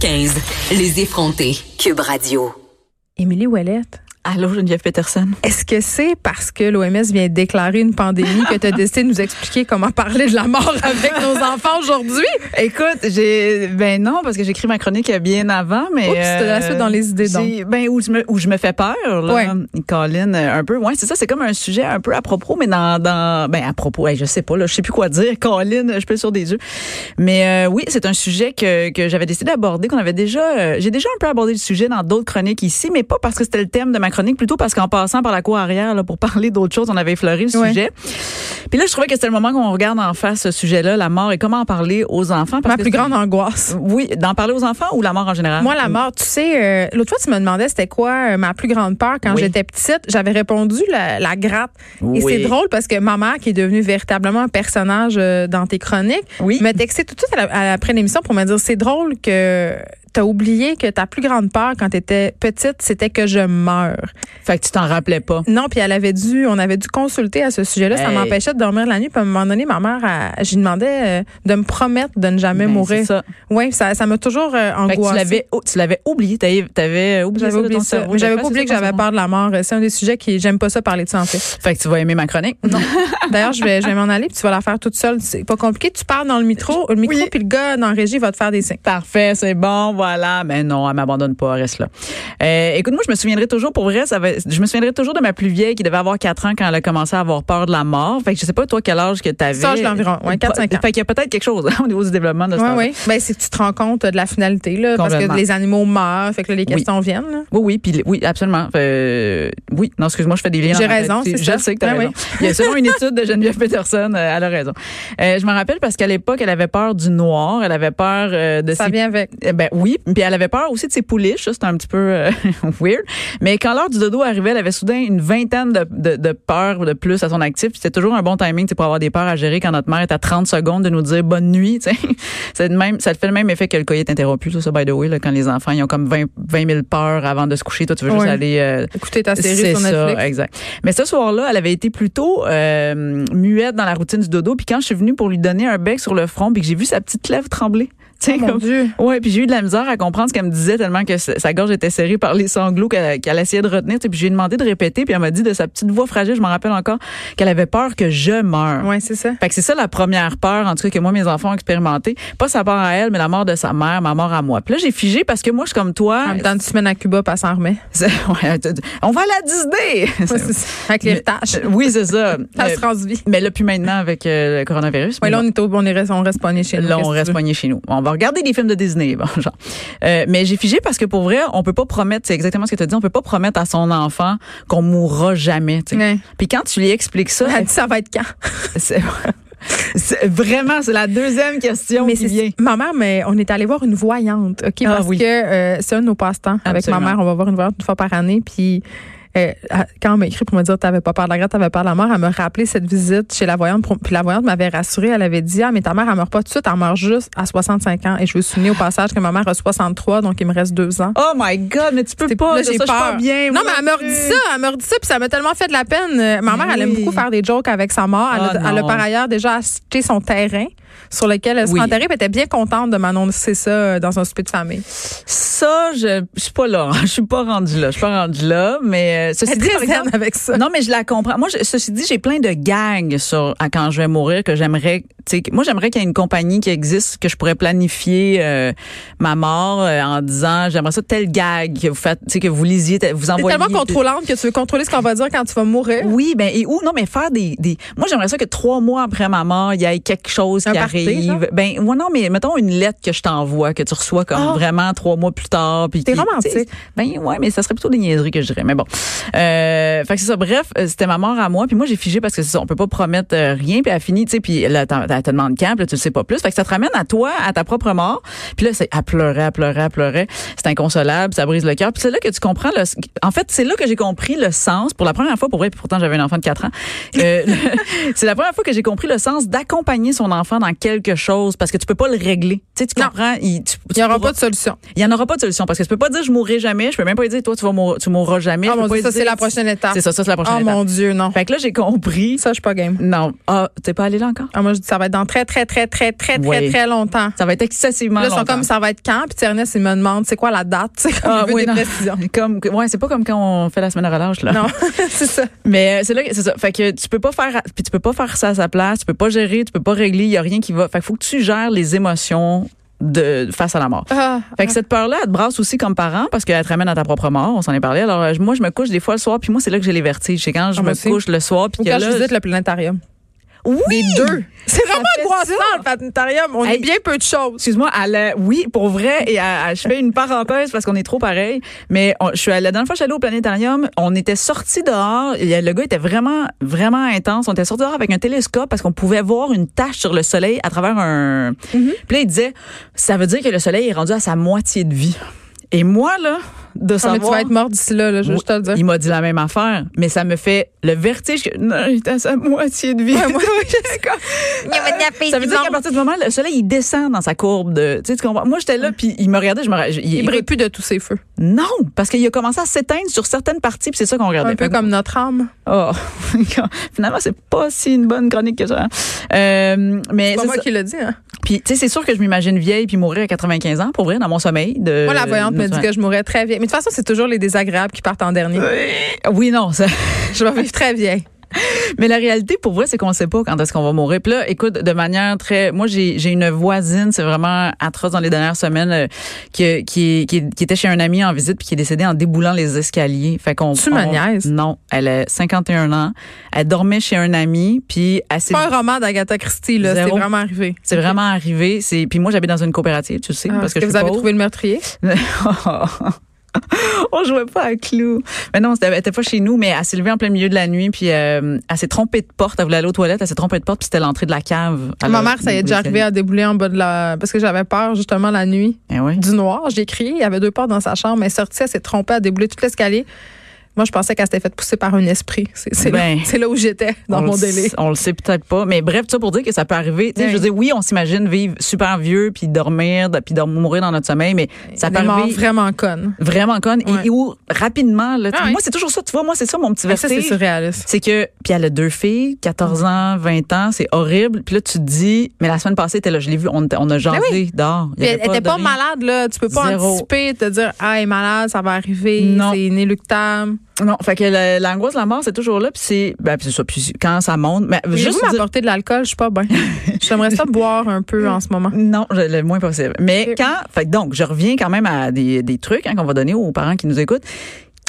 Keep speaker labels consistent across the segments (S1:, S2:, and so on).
S1: 15, les effrontés. Cube Radio.
S2: Émilie Ouellette,
S3: Allô, Geneviève Peterson.
S2: est-ce que c'est parce que l'OMS vient de déclarer une pandémie que tu as décidé de nous expliquer comment parler de la mort avec nos enfants aujourd'hui?
S3: Écoute, j'ai ben non parce que j'écris ma chronique bien avant, mais euh,
S2: Oups, t'as la suite dans les idées, donc.
S3: j'ai- Ben où je me où je me fais peur là,
S2: Ouais.
S3: Colin, euh, un peu. Ouais, c'est ça. C'est comme un sujet un peu à propos, mais dans dans ben à propos. hey, je sais pas là, je sais plus quoi dire. Colin, je peux sur des yeux. Mais euh, oui, c'est un sujet que que j'avais décidé d'aborder, qu'on avait déjà. euh, j'ai déjà un peu abordé le sujet dans d'autres chroniques ici, mais pas parce que c'était le thème de ma chronique, plutôt parce qu'en passant par la cour arrière là, pour parler d'autres choses, on avait effleuré le
S2: Ouais.
S3: sujet. Puis là, je trouvais que c'était le moment qu'on regarde en face ce sujet-là, la mort et comment en parler aux enfants. parce
S2: Ma
S3: que
S2: plus
S3: c'est- Ah,
S2: grande angoisse.
S3: Oui, d'en parler aux enfants ou la mort en général?
S2: Moi, la mort, tu sais, euh, l'autre fois, tu me demandais c'était quoi euh, ma plus grande peur quand
S3: Oui.
S2: j'étais petite. J'avais répondu la, la gratte. Et
S3: Oui.
S2: c'est drôle parce que ma mère, qui est devenue véritablement un personnage euh, dans tes chroniques,
S3: Oui.
S2: m'a texté tout de suite à la- à- après l'émission pour me dire c'est drôle que t'as oublié que ta plus grande peur quand t'étais petite, c'était que je meure.
S3: Fait que tu t'en rappelais pas.
S2: Non, puis elle avait dû, on avait dû consulter à ce sujet-là. Ça
S3: Hey.
S2: m'empêchait de dormir la nuit. Puis à un moment donné, ma mère, elle- je lui demandais euh, de me promettre de ne jamais
S3: Ben,
S2: mourir.
S3: c'est ça.
S2: Oui, ça, ça m'a toujours euh,
S3: Fait que
S2: angoissée.
S3: tu l'avais, oh, tu l'avais oublié. T'avais, t'avais oublié
S2: J'avais
S3: ça de
S2: oublié
S3: ton
S2: ça.
S3: cerveau.
S2: Mais j'avais
S3: Des
S2: pas
S3: fois,
S2: oublié que
S3: c'est
S2: j'avais
S3: ton
S2: peur de la mort. Euh, C'est un des sujets qui j'aime pas ça parler de ça en fait.
S3: cerveau. Fait que tu vas aimer ma chronique. Non.
S2: D'ailleurs, je vais je vais m'en aller puis tu vas la faire toute seule, c'est pas compliqué. Tu parles dans le micro, le micro puis le gars dans la régie va te faire des signes.
S3: Parfait, c'est bon, voilà. Mais non, elle m'abandonne pas, elle reste là. Euh, écoute, moi, je me souviendrai toujours, pour vrai, ça va- je me souviendrai toujours de ma plus vieille qui devait avoir 4 ans quand elle a commencé à avoir peur de la mort. Fait que je sais pas, toi, quel âge que t'avais.
S2: Ça, je l'ai environ, ouais, 4-5 ans.
S3: Fait qu'il y a peut-être quelque chose hein, au niveau du développement de ce
S2: Oui, oui. Ben, c'est que tu te rends compte euh, de la finalité, là, parce que
S3: Complètement.
S2: les animaux meurent, fait que là, les questions viennent. là.
S3: Oui, oui, puis oui, absolument. Euh, oui, non, excuse-moi, je fais des liens.
S2: J'ai
S3: dans ma tête.
S2: raison, c'est
S3: Je
S2: ça.
S3: sais que t'as
S2: Ah
S3: raison. Il y a selon une étude de Geneviève Peterson, euh, elle a raison. Euh, je me rappelle parce qu'à l'époque, elle avait peur du noir, elle avait peur euh, de
S2: Ça
S3: ses
S2: vient avec.
S3: eh ben oui, puis elle avait peur aussi de ses pouliches, ça c'était un petit peu euh, weird. Mais quand l'heure du dodo arrivait, elle avait soudain une vingtaine de, de, de peurs de plus à son actif. Puis C'était toujours un bon timing tu sais, pour avoir des peurs à gérer quand notre mère est à 30 secondes de nous dire bonne nuit. tu sais. C'est le même, ça te fait le même effet que le coït interrompu, ça, ça by the way, là, quand les enfants ils ont comme 20, 20 000 peurs avant de se coucher. Toi, tu veux
S2: Ouais.
S3: juste aller... euh,
S2: Écoutez ta série
S3: c'est
S2: sur
S3: ça,
S2: Netflix.
S3: exact. Mais ce soir-là, elle avait été plutôt euh, muette dans la routine du dodo. Puis quand je suis venue pour lui donner un bec sur le front, puis que j'ai vu sa petite lèvre trembler, tu sais,
S2: Oh Mon
S3: comme-
S2: Dieu.
S3: Ouais, puis j'ai eu de la misère à comprendre ce qu'elle me disait tellement que sa sa gorge était serrée par les sanglots qu'elle qu'elle essayait de retenir. tu sais. Puis j'ai demandé de répéter, puis elle m'a dit de sa petite voix fragile, je m'en rappelle encore, qu'elle avait peur que je meure.
S2: Oui, c'est ça.
S3: Fait que c'est ça la première peur, en tout cas, que moi, mes enfants ont expérimenté. Pas sa part à elle, mais la mort de sa mère, ma mort à moi. Puis là, j'ai figé parce que moi, je suis comme toi.
S2: En même temps, une semaine à Cuba, pas s'en remet.
S3: C'est- ouais, t- t- on va à la Disney!
S2: Ouais, c'est ça. Avec les
S3: Mais-
S2: tâches.
S3: oui, c'est ça.
S2: Ça
S3: Euh,
S2: se transvit.
S3: mais là, puis maintenant, avec euh, le coronavirus.
S2: Oui,
S3: mais
S2: là, on
S3: bon.
S2: est au, on est rest- on reste pogné chez nous.
S3: Là,
S2: qu'est-ce
S3: on
S2: que tu
S3: reste
S2: veux?
S3: poigné chez nous. On va regarder des films de Disney, bon, genre. Euh, mais j'ai figé parce que pour vrai, on peut pas promettre, c'est exactement ce que tu as dit, on peut pas promettre à son enfant qu'on mourra jamais. tu sais.
S2: Ouais.
S3: Puis quand tu lui expliques ça,
S2: Elle dit, ça va être quand?
S3: c'est, c'est- vraiment, c'est la deuxième question
S2: Mais c'est
S3: qui vient.
S2: ma mère, mais on est allé voir une voyante, ok,
S3: Ah
S2: parce
S3: oui.
S2: que euh, c'est un de nos passe-temps. Avec ma
S3: Absolument.
S2: mère, on va voir une voyante une fois par année, puis. euh, à- quand on m'a écrit pour me dire t'avais pas peur de la gratte, t'avais peur de la mort, elle m'a rappelé cette visite chez la voyante. pour- Puis la voyante m'avait rassurée. Elle avait dit ah mais ta mère elle meurt pas tout de suite, elle meurt juste à 65 ans. Et je me souviens au passage que ma mère a 63, donc il me reste deux ans.
S3: Oh my God, mais tu peux
S2: C'est-
S3: pas,
S2: là,
S3: de ça,
S2: j'ai
S3: je suis pas
S2: peur.
S3: bien.
S2: Non,
S3: moi
S2: mais elle me
S3: non plus.
S2: redit ça, elle me redit ça, puis ça m'a tellement fait de la peine. Euh, Ma mère, elle aime
S3: Oui.
S2: beaucoup faire des jokes avec sa mort. Elle, a-
S3: Ah,
S2: elle a,
S3: non.
S2: par ailleurs déjà acheté son terrain sur lequel elle
S3: Oui.
S2: se enterrée, puis elle était bien contente de m'annoncer ça euh, dans un souper de famille.
S3: Ça, je, je suis pas là. hein. Je suis pas rendue là. Je suis pas rendue là. Mais euh, ceci
S2: Elle est
S3: dit, par
S2: très
S3: exemple,
S2: zen avec ça.
S3: Non, mais je la comprends. Moi, je- ceci dit, j'ai plein de gags sur à quand je vais mourir que j'aimerais. tu sais, que- Moi, j'aimerais qu'il y ait une compagnie qui existe que je pourrais planifier euh, ma mort euh, en disant j'aimerais ça tel gag que vous faites, tu sais, que vous lisiez, te- vous
S2: T'es
S3: envoyez.
S2: tellement contrôlante que tu veux contrôler ce qu'on va dire quand tu vas mourir.
S3: Oui, ben et où non mais faire des, des moi j'aimerais ça que trois mois après ma mort il y ait quelque chose
S2: Un
S3: qui
S2: party,
S3: arrive.
S2: genre?
S3: Ben moi non mais mettons une lettre que je t'envoie que tu reçois comme
S2: Ah.
S3: vraiment trois mois plus tard puis
S2: T'es
S3: qui-
S2: romantique.
S3: tu sais, Ben ouais mais ça serait plutôt des niaiseries que je dirais mais bon. Euh, fait que c'est ça bref euh, c'était ma mort à moi puis moi j'ai figé parce que c'est ça on peut pas promettre euh, rien puis elle finit tu sais puis là t'en- elle te demande quand puis là, tu le sais pas plus fait que ça te ramène à toi à ta propre mort puis là c'est à pleurer à pleurer à pleurer c'est inconsolable ça brise le cœur puis c'est là que tu comprends le en fait c'est là que j'ai compris le sens pour la première fois pour vrai puis pourtant j'avais un enfant de 4 ans Euh, c'est la première fois que j'ai compris le sens d'accompagner son enfant dans dans quelque chose parce que tu peux pas le régler. Tu sais, tu
S2: Non.
S3: comprends? Il, tu-
S2: Il n'y aura
S3: tu pourras-
S2: pas de solution.
S3: il y en aura pas de solution parce que tu peux pas dire je mourrai jamais. Je peux même pas dire toi tu vas mour- tu mourras jamais.
S2: Ah,
S3: Je peux
S2: mon
S3: pas
S2: Dieu, ça,
S3: dire-
S2: c'est la prochaine étape.
S3: C'est ça, ça c'est la prochaine
S2: oh
S3: étape.
S2: mon Dieu, non.
S3: Fait que là j'ai compris.
S2: Ça, je suis pas game.
S3: Non, ah t'es pas allé là encore.
S2: Ah, moi, je dis ça va être dans très, très, très, très, très, très,
S3: Oui.
S2: très longtemps.
S3: Ça va être excessivement
S2: Là, ils
S3: longtemps.
S2: sont comme ça va être quand? Puis tu sais, Ernest, il me demande c'est quoi la date? C'est comme
S3: Ah,
S2: il veut
S3: oui,
S2: des
S3: non.
S2: précisions.
S3: Comme que- ouais c'est pas comme quand on fait la semaine de relâche là.
S2: Non, c'est ça.
S3: Mais euh, c'est là que- c'est ça. Fait que tu peux pas faire puis tu peux pas faire ça à sa place. Tu peux pas gérer. Tu peux pas régler. Il y a rien qui va. Fait que faut que tu gères les émotions de face à la mort.
S2: Ah,
S3: Fait que cette peur-là, elle te brasse aussi comme parent parce qu'elle te ramène à ta propre mort. On s'en est parlé. Alors, euh, moi, je me couche des fois le soir, puis moi, c'est là que j'ai les vertiges. C'est quand je
S2: Ah, moi
S3: me
S2: aussi.
S3: couche le soir, puis
S2: ou
S3: que
S2: quand
S3: là.
S2: je visite le planétarium.
S3: Oui!
S2: Les deux. C'est vraiment
S3: fait
S2: angoissant,
S3: ça.
S2: le planétarium. On est
S3: Hey.
S2: bien peu de choses.
S3: Excuse-moi, à la- oui, pour vrai, et à- à- je fais une parenthèse parce qu'on est trop pareil, mais on- je suis allée- la dernière fois que je suis allée au planétarium, on était sortis dehors, il y a- le gars était vraiment, vraiment intense, on était sortis dehors avec un télescope parce qu'on pouvait voir une tache sur le soleil à travers un...
S2: Mhm.
S3: Puis là, il disait, ça veut dire que le soleil est rendu à sa moitié de vie. Et moi, là,
S2: Ah,
S3: de
S2: mais
S3: savoir...
S2: tu vas être mort d'ici là, là, je veux juste te le
S3: Il
S2: dire.
S3: m'a dit la même affaire, mais ça me fait le vertige que non, il est à sa moitié de vie. ça veut dire qu'à partir du moment, le soleil, il descend dans sa courbe de. Tu sais, tu comprends? Moi, j'étais là, puis il me regardait, je me. ra- je-
S2: Il
S3: écoute,
S2: brille plus de tous ses feux.
S3: Non, parce qu'il a commencé à s'éteindre sur certaines parties, puis c'est ça qu'on regardait.
S2: Un peu
S3: Fait que-
S2: comme notre âme.
S3: Oh, finalement, c'est pas si une bonne chronique que ça. hein. Euh, mais
S2: C'est pas
S3: c'est
S2: moi
S3: ça.
S2: qui le dis. Hein.
S3: Puis, tu sais, c'est sûr que je m'imagine vieille puis mourir à 95 ans, pour vrai, dans mon sommeil. De,
S2: Moi, la voyante me dit que je mourrais très vieille. Mais de toute façon, c'est toujours les désagréables qui partent en dernier.
S3: Oui, non, ça.
S2: Je vais vivre très vieille.
S3: Mais la réalité, pour vrai, c'est qu'on sait pas quand est-ce qu'on va mourir. Puis là, écoute, de manière très, moi, j'ai j'ai une voisine, c'est vraiment atroce dans les dernières semaines, euh, qui, qui, qui, qui était chez un ami en visite puis qui est décédée en déboulant les escaliers. Fait qu'on.
S2: Tu me
S3: on-
S2: niaises.
S3: Non, elle a 51 ans. Elle dormait chez un ami puis elle s'est
S2: C'est pas un roman d'Agatha Christie, là. C'est
S3: Zéro.
S2: vraiment arrivé.
S3: c'est vraiment arrivé. C'est puis moi j'habite dans une coopérative, tu le sais,
S2: Ah,
S3: parce que,
S2: est-ce
S3: je suis
S2: vous avez
S3: pauvre.
S2: trouvé le meurtrier?
S3: On jouait pas à clou. Mais non, c'était- elle était pas chez nous, mais elle s'est levée en plein milieu de la nuit, puis euh, elle s'est trompée de porte. Elle voulait aller aux toilettes, elle s'est trompée de porte, puis c'était l'entrée de la cave. Elle
S2: Ma
S3: a-
S2: mère, ça y est
S3: oui,
S2: déjà arrivé à débouler en bas de la. Parce que j'avais peur, justement, la nuit
S3: Eh oui.
S2: du noir. J'ai crié. Il y avait deux portes dans sa chambre. Elle est sortie, elle s'est trompée, elle a déboulé tout l'escalier. Moi, je pensais qu'elle s'était faite pousser par un esprit. C'est c'est là-
S3: Ben,
S2: c'est là, où j'étais, dans
S3: On
S2: mon
S3: le
S2: délai.
S3: sait- On le sait peut-être pas, mais bref, tout ça pour dire que ça peut arriver. Tu sais,
S2: Oui.
S3: Je veux dire, oui, on s'imagine vivre super vieux, puis dormir, de- puis dormir- mourir dans notre sommeil, mais ça peut
S2: Des morts
S3: arriver
S2: vraiment connes.
S3: vraiment conne et-
S2: Ouais.
S3: et, ou rapidement. Là,
S2: Ah oui.
S3: Moi, c'est toujours ça, tu vois, moi, c'est ça mon petit
S2: Mais Ça, c'est
S3: vertige.
S2: surréaliste.
S3: C'est que, puis elle a deux filles,
S2: Mm.
S3: 14 ans, 20 ans, c'est horrible. Puis là, tu te dis, mais la semaine passée, t'es là, je l'ai vu, on, était- on a jasé dehors. Il
S2: Ben Puis
S3: y
S2: elle
S3: avait
S2: était
S3: de
S2: pas
S3: rire.
S2: malade, là. Tu peux pas
S3: Zéro.
S2: anticiper, te dire, ah, elle est malade, ça va arriver,
S3: Non.
S2: c'est inéluctable.
S3: Non, fait que la- l'angoisse de la mort, c'est toujours là, puis c'est, ben, puis c'est ça, puis quand ça monte, mais
S2: Juste
S3: juste dire-
S2: m'apporter de l'alcool, je suis pas bien. J'aimerais ça boire un peu en ce moment.
S3: non, je- le moins possible. Mais
S2: Ok.
S3: quand, fait que donc, je reviens quand même à des, des trucs hein, qu'on va donner aux parents qui nous écoutent.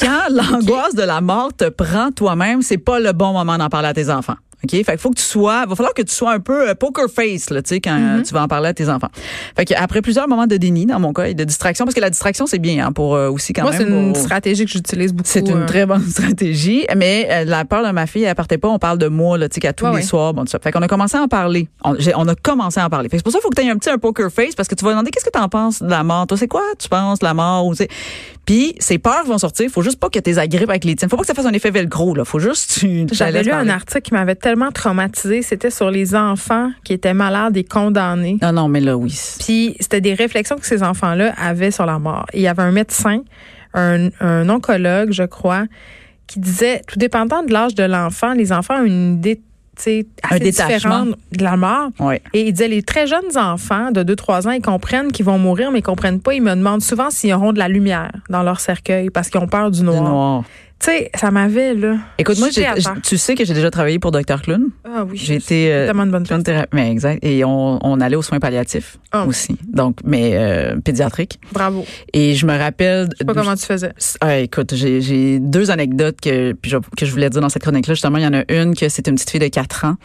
S3: Quand l'angoisse de la mort te prend toi-même, c'est pas le bon moment d'en parler à tes enfants. OK? Fait qu'il faut que tu sois, va falloir que tu sois un peu euh, poker face, là, tu sais, quand
S2: Mm-hmm.
S3: euh, tu vas en parler à tes enfants. Fait que après plusieurs moments de déni, dans mon cas, et de distraction, parce que la distraction, c'est bien, hein, pour euh, aussi quand
S2: Moi, c'est
S3: même.
S2: une
S3: pour-
S2: stratégie que j'utilise beaucoup.
S3: c'est une
S2: euh,
S3: très bonne stratégie, mais euh, la peur de ma fille, elle partait pas. On parle de moi, là, tu sais, qu'à tous
S2: Ouais,
S3: les
S2: ouais.
S3: soirs, bon, tout ça. Fait qu'on a commencé à en parler. On, j'ai- on a commencé à en parler. Fait que c'est pour ça qu'il faut que tu aies un petit un poker face parce que tu vas demander qu'est-ce que tu en penses de la mort. Toi, c'est quoi tu penses de la mort ou tu sais. Puis ces peurs vont sortir. Faut juste pas que tu agrippes avec les tiennes. Faut pas que ça fasse un effet velcro. Là, faut juste que tu. tu la
S2: J'avais
S3: laisses
S2: lu un
S3: parler.
S2: article qui m'avait tellement traumatisée. C'était sur les enfants qui étaient malades et condamnés.
S3: Non, non, mais là, oui.
S2: Puis c'était des réflexions que ces enfants-là avaient sur la mort. Et Il y avait un médecin, un, un oncologue, je crois, qui disait, tout dépendant de l'âge de l'enfant, les enfants ont une idée tu sais,
S3: Un
S2: assez
S3: détachement.
S2: différente de la mort.
S3: Ouais.
S2: Et il disait, les très jeunes enfants de 2-3 ans, ils comprennent qu'ils vont mourir, mais ils comprennent pas. Ils me demandent souvent s'ils auront de la lumière dans leur cercueil parce qu'ils ont peur du
S3: Du
S2: noir.
S3: noir.
S2: Tu sais, ça m'avait, là.
S3: Écoute, moi, j'ai-
S2: Super
S3: j-
S2: peur.
S3: tu sais que j'ai déjà travaillé pour Dr. Clown.
S2: Ah oui,
S3: J'ai
S2: j'ai
S3: été. euh,
S2: tellement de bonne
S3: clown
S2: place.
S3: théra- mais exact. Et on, on allait aux soins palliatifs
S2: Ah.
S3: aussi. Donc, mais euh, pédiatriques.
S2: Bravo.
S3: Et je me rappelle.
S2: Je sais pas comment tu faisais.
S3: Ah, écoute, j'ai- j'ai deux anecdotes que, puis je- que je voulais dire dans cette chronique-là. Justement, il y en a une que c'est une petite fille de 4 ans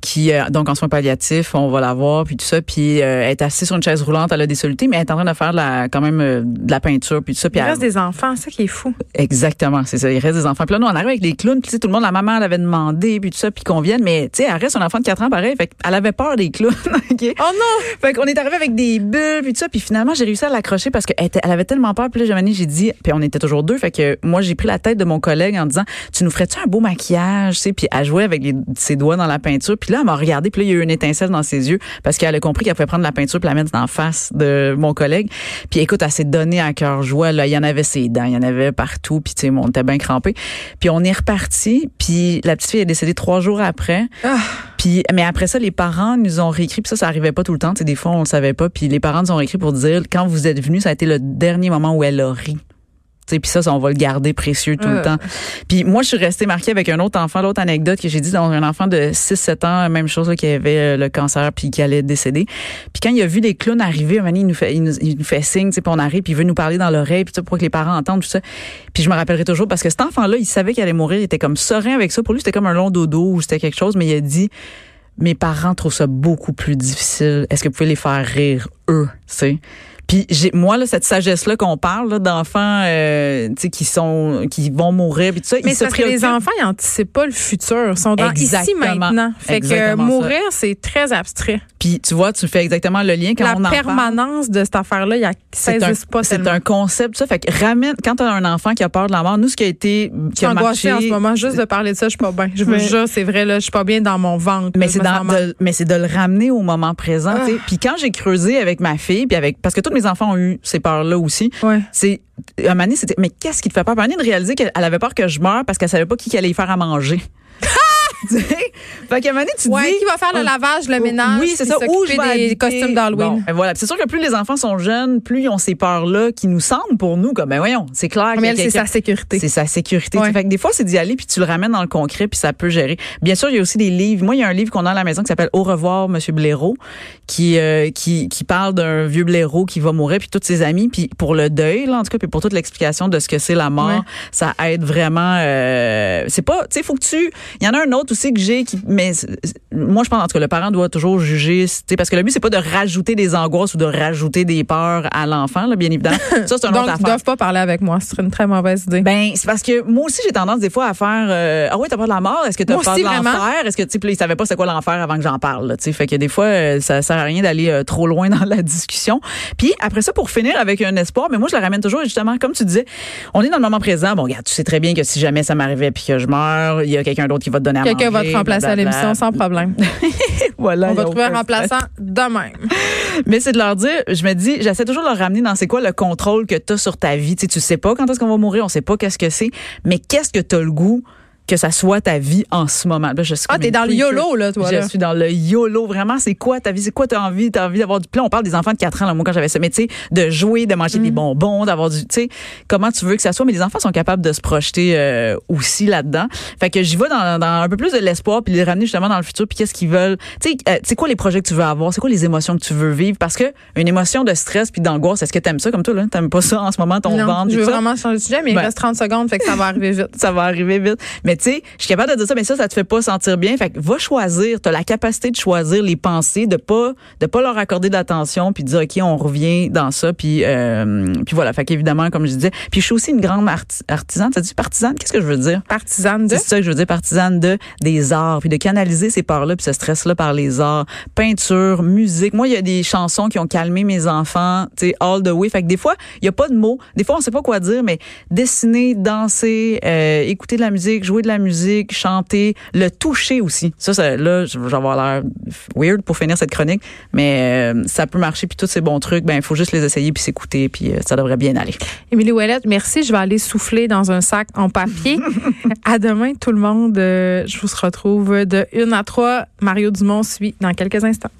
S3: qui, euh, donc en soins palliatifs, on va la voir, puis tout ça, puis euh, elle est assise sur une chaise roulante, elle a des solutés, mais elle est en train de faire de la, quand même euh, de la peinture, puis tout ça. Puis
S2: Il
S3: elle-
S2: reste des enfants, ça qui est fou.
S3: Exactement, c'est ça. il reste des enfants. Puis là, nous, on arrive avec les clowns, puis tu sais, tout le monde, la maman l'avait demandé, puis tout ça, puis qu'on vienne, mais tu sais, elle reste un enfant de 4 ans pareil, fait qu'elle avait peur des clowns. OK?
S2: Oh non!
S3: Fait qu'on est arrivé avec des bulles puis tout ça, puis finalement j'ai réussi à l'accrocher parce qu'elle était- elle avait tellement peur. Puis là, Jamané, j'ai dit, puis on était toujours deux, fait que moi j'ai pris la tête de mon collègue en disant, tu nous ferais-tu un beau maquillage, tu sais, puis elle jouait avec les- ses doigts dans la peinture. Puis là, elle m'a regardé, puis là il y a eu une étincelle dans ses yeux parce qu'elle a compris qu'elle pouvait prendre la peinture puis la mettre en face de mon collègue. Puis écoute, elle s'est donnée à cœur joie. Là, il y en avait ses dents, il y en avait partout, puis tu sais, on était bien crampés. Puis on est reparti, puis la petite fille est décédée trois jours après.
S2: Ah!
S3: Puis, mais après ça, les parents nous ont réécrit. Puis ça, ça arrivait pas tout le temps. Tu sais, des fois, on le savait pas. Puis les parents nous ont réécrit pour dire quand vous êtes venus, ça a été le dernier moment où elle a ri. Tu sais, Puis ça, ça, on va le garder précieux tout
S2: Euh.
S3: le temps. Puis moi, je suis restée marquée avec un autre enfant, l'autre anecdote que j'ai dit dans un enfant de 6-7 ans, même chose, là, qui avait euh, le cancer puis qui allait décéder. Puis quand il a vu les clowns arriver, un moment donné, il nous fait, il nous, il nous fait signe, tu sais, puis on arrive, puis il veut nous parler dans l'oreille, puis tout ça, pour que les parents entendent tout ça. Puis je me rappellerai toujours parce que cet enfant-là, il savait qu'il allait mourir, il était comme serein avec ça. Pour lui, c'était comme un long dodo ou c'était quelque chose, mais il a dit mes parents trouvent ça beaucoup plus difficile. Est-ce que vous pouvez les faire rire eux, tu sais? Puis j'ai moi là cette sagesse là qu'on parle là, d'enfants euh, tu sais qui sont qui vont mourir puis tout ça,
S2: Mais
S3: ils se
S2: c'est parce que les
S3: préoccupent.
S2: enfants, ils anticipent pas le futur. Ils sont dans ici
S3: Exactement.
S2: maintenant. Fait que
S3: Exactement ça.
S2: mourir, c'est très abstrait.
S3: Puis tu vois, tu fais exactement le lien quand
S2: La
S3: on en parle.
S2: permanence de cette affaire-là, ils ne
S3: C'est un,
S2: saisissent pas
S3: c'est
S2: tellement.
S3: un concept ça fait que ramène quand t'as un enfant qui a peur de la mort nous ce qui a été qui
S2: Je suis
S3: a
S2: angoissée
S3: marché
S2: en ce moment juste de parler de ça, je suis pas bien. Je vous
S3: Mais-
S2: jure, c'est vrai là, je suis pas bien dans mon ventre.
S3: Mais
S2: Je
S3: c'est
S2: me
S3: dans-
S2: sens mal.
S3: de, mais c'est de le ramener au moment présent. tu sais.
S2: Ah.
S3: Puis quand j'ai creusé avec ma fille, puis avec parce que tous mes enfants ont eu ces peurs-là aussi.
S2: Ouais.
S3: C'est à un moment donné, c'était mais qu'est-ce qui te fait peur? À un moment donné, de réaliser qu'elle elle avait peur que je meure parce qu'elle savait pas qui qu'elle allait y faire à manger. Tu sais? fait qu'à un moment donné, tu te
S2: Ouais,
S3: dis
S2: qui va faire le
S3: Oh,
S2: lavage, le ménage,
S3: oui, c'est
S2: puis
S3: ça. Où je
S2: s'occuper
S3: vais
S2: des
S3: habiter.
S2: costumes
S3: Bon,
S2: d'Halloween.
S3: ben voilà. Puis c'est sûr que plus les enfants sont jeunes, plus ils ont ces peurs-là qui nous semblent pour nous comme ben voyons, c'est clair.
S2: Ah, mais
S3: que
S2: elle, c'est
S3: quelqu'un-
S2: sa sécurité.
S3: c'est sa sécurité.
S2: Ouais.
S3: Fait que des fois, c'est d'y aller puis tu le ramènes dans le concret puis ça peut gérer. Bien sûr, il y a aussi des livres. Moi, il y a un livre qu'on a à la maison qui s'appelle Au revoir, Monsieur Blaireau, qui euh, qui qui parle d'un vieux Blaireau qui va mourir puis tous ses amis puis pour le deuil là, en tout cas puis pour toute l'explication de ce que c'est la mort,
S2: Ouais.
S3: ça aide vraiment. euh, c'est pas, tu sais, faut que tu. Il y en a un autre aussi que j'ai qui, mais c'est- c'est- moi je pense en tout cas le parent doit toujours juger, tu sais, parce que le but c'est pas de rajouter des angoisses ou de rajouter des peurs à l'enfant là, bien évidemment. Ça c'est un
S2: Donc, ils
S3: autre affaire.
S2: doivent pas parler avec moi. Ce serait une très mauvaise idée.
S3: Ben, c'est parce que moi aussi, j'ai tendance des fois à faire euh, Ah oui, t'as peur de la mort? Est-ce que t'as
S2: Moi
S3: peur
S2: aussi,
S3: de l'enfer?
S2: vraiment.
S3: Est-ce que, tu sais, puis là, ils savaient pas c'est quoi l'enfer avant que j'en parle, là, tu sais. Fait que des fois, euh, ça sert à rien d'aller euh, trop loin dans la discussion. Puis après ça, pour finir avec un espoir, mais moi, je le ramène toujours, justement, comme tu disais, on est dans le moment présent. Bon, regarde, tu sais très bien que si jamais ça m'arrivait puis que je meurs, il y a quelqu'un d'autre qui va te donner à manger.
S2: Quelqu'un va te remplacer à
S3: blablabla.
S2: l'émission sans problème.
S3: Voilà.
S2: On
S3: il y a
S2: va trouver un
S3: aucun stress.
S2: remplaçant de même.
S3: Mais c'est de leur dire, je me dis, j'essaie toujours de leur ramener dans c'est quoi le contrôle que t'as sur ta vie. Tu sais, tu sais pas quand est-ce qu'on va mourir, on sait pas qu'est-ce que c'est, mais qu'est-ce que t'as le goût que ça soit ta vie en ce moment. Là, je suis
S2: Ah,
S3: comme
S2: t'es
S3: une
S2: dans le
S3: freak,
S2: YOLO, là, toi,
S3: Je
S2: là.
S3: suis dans le YOLO, vraiment. C'est quoi ta vie? C'est quoi t'as envie? T'as envie d'avoir du plan? On parle des enfants de 4 ans, là, moi, quand j'avais ce métier, de jouer, de manger des
S2: Mm.
S3: bonbons, d'avoir du, tu sais, comment tu veux que ça soit. Mais les enfants sont capables de se projeter euh, aussi là-dedans. Fait que j'y vais dans, dans un peu plus de l'espoir, puis les ramener justement dans le futur, puis qu'est-ce qu'ils veulent. Tu sais, euh, tu sais quoi les projets que tu veux avoir? C'est quoi les émotions que tu veux vivre? Parce que une émotion de stress puis d'angoisse, est-ce que t'aimes ça comme toi, là? T'aimes pas ça en ce moment, ton
S2: Non,
S3: ventre?
S2: je
S3: tout
S2: veux
S3: ça?
S2: vraiment changer de sujet, mais il
S3: Ben.
S2: reste 30 secondes, fait que ça va arriver vite.
S3: ça va arriver vite. Mais tu sais, je suis capable de dire ça, mais ça, ça te fait pas sentir bien. Fait que va choisir, tu as la capacité de choisir les pensées, de pas de pas leur accorder de l'attention, puis de dire ok, on revient dans ça, puis euh, puis voilà. Fait qu'évidemment, comme je disais, puis je suis aussi une grande arti- artisane. Ça dit partisane, qu'est-ce que je veux dire?
S2: Partisane de.
S3: C'est ça que je veux dire, partisane de des arts, puis de canaliser ces peurs-là, puis ce stress-là par les arts, peinture, musique. Moi, il y a des chansons qui ont calmé mes enfants, tu sais, all the way. Fait que des fois, il y a pas de mots. Des fois, on sait pas quoi dire, mais dessiner, danser, euh, écouter de la musique, jouer de la musique, chanter, le toucher aussi. Ça, ça là, je vais avoir l'air weird pour finir cette chronique, mais euh, ça peut marcher. Puis tous ces bons trucs, ben, il faut juste les essayer puis s'écouter, puis euh, ça devrait bien aller.
S2: Émilie Ouellette, merci. Je vais aller souffler dans un sac en papier. à demain, tout le monde. Euh, Je vous retrouve de 1 à 3. Mario Dumont suit dans quelques instants.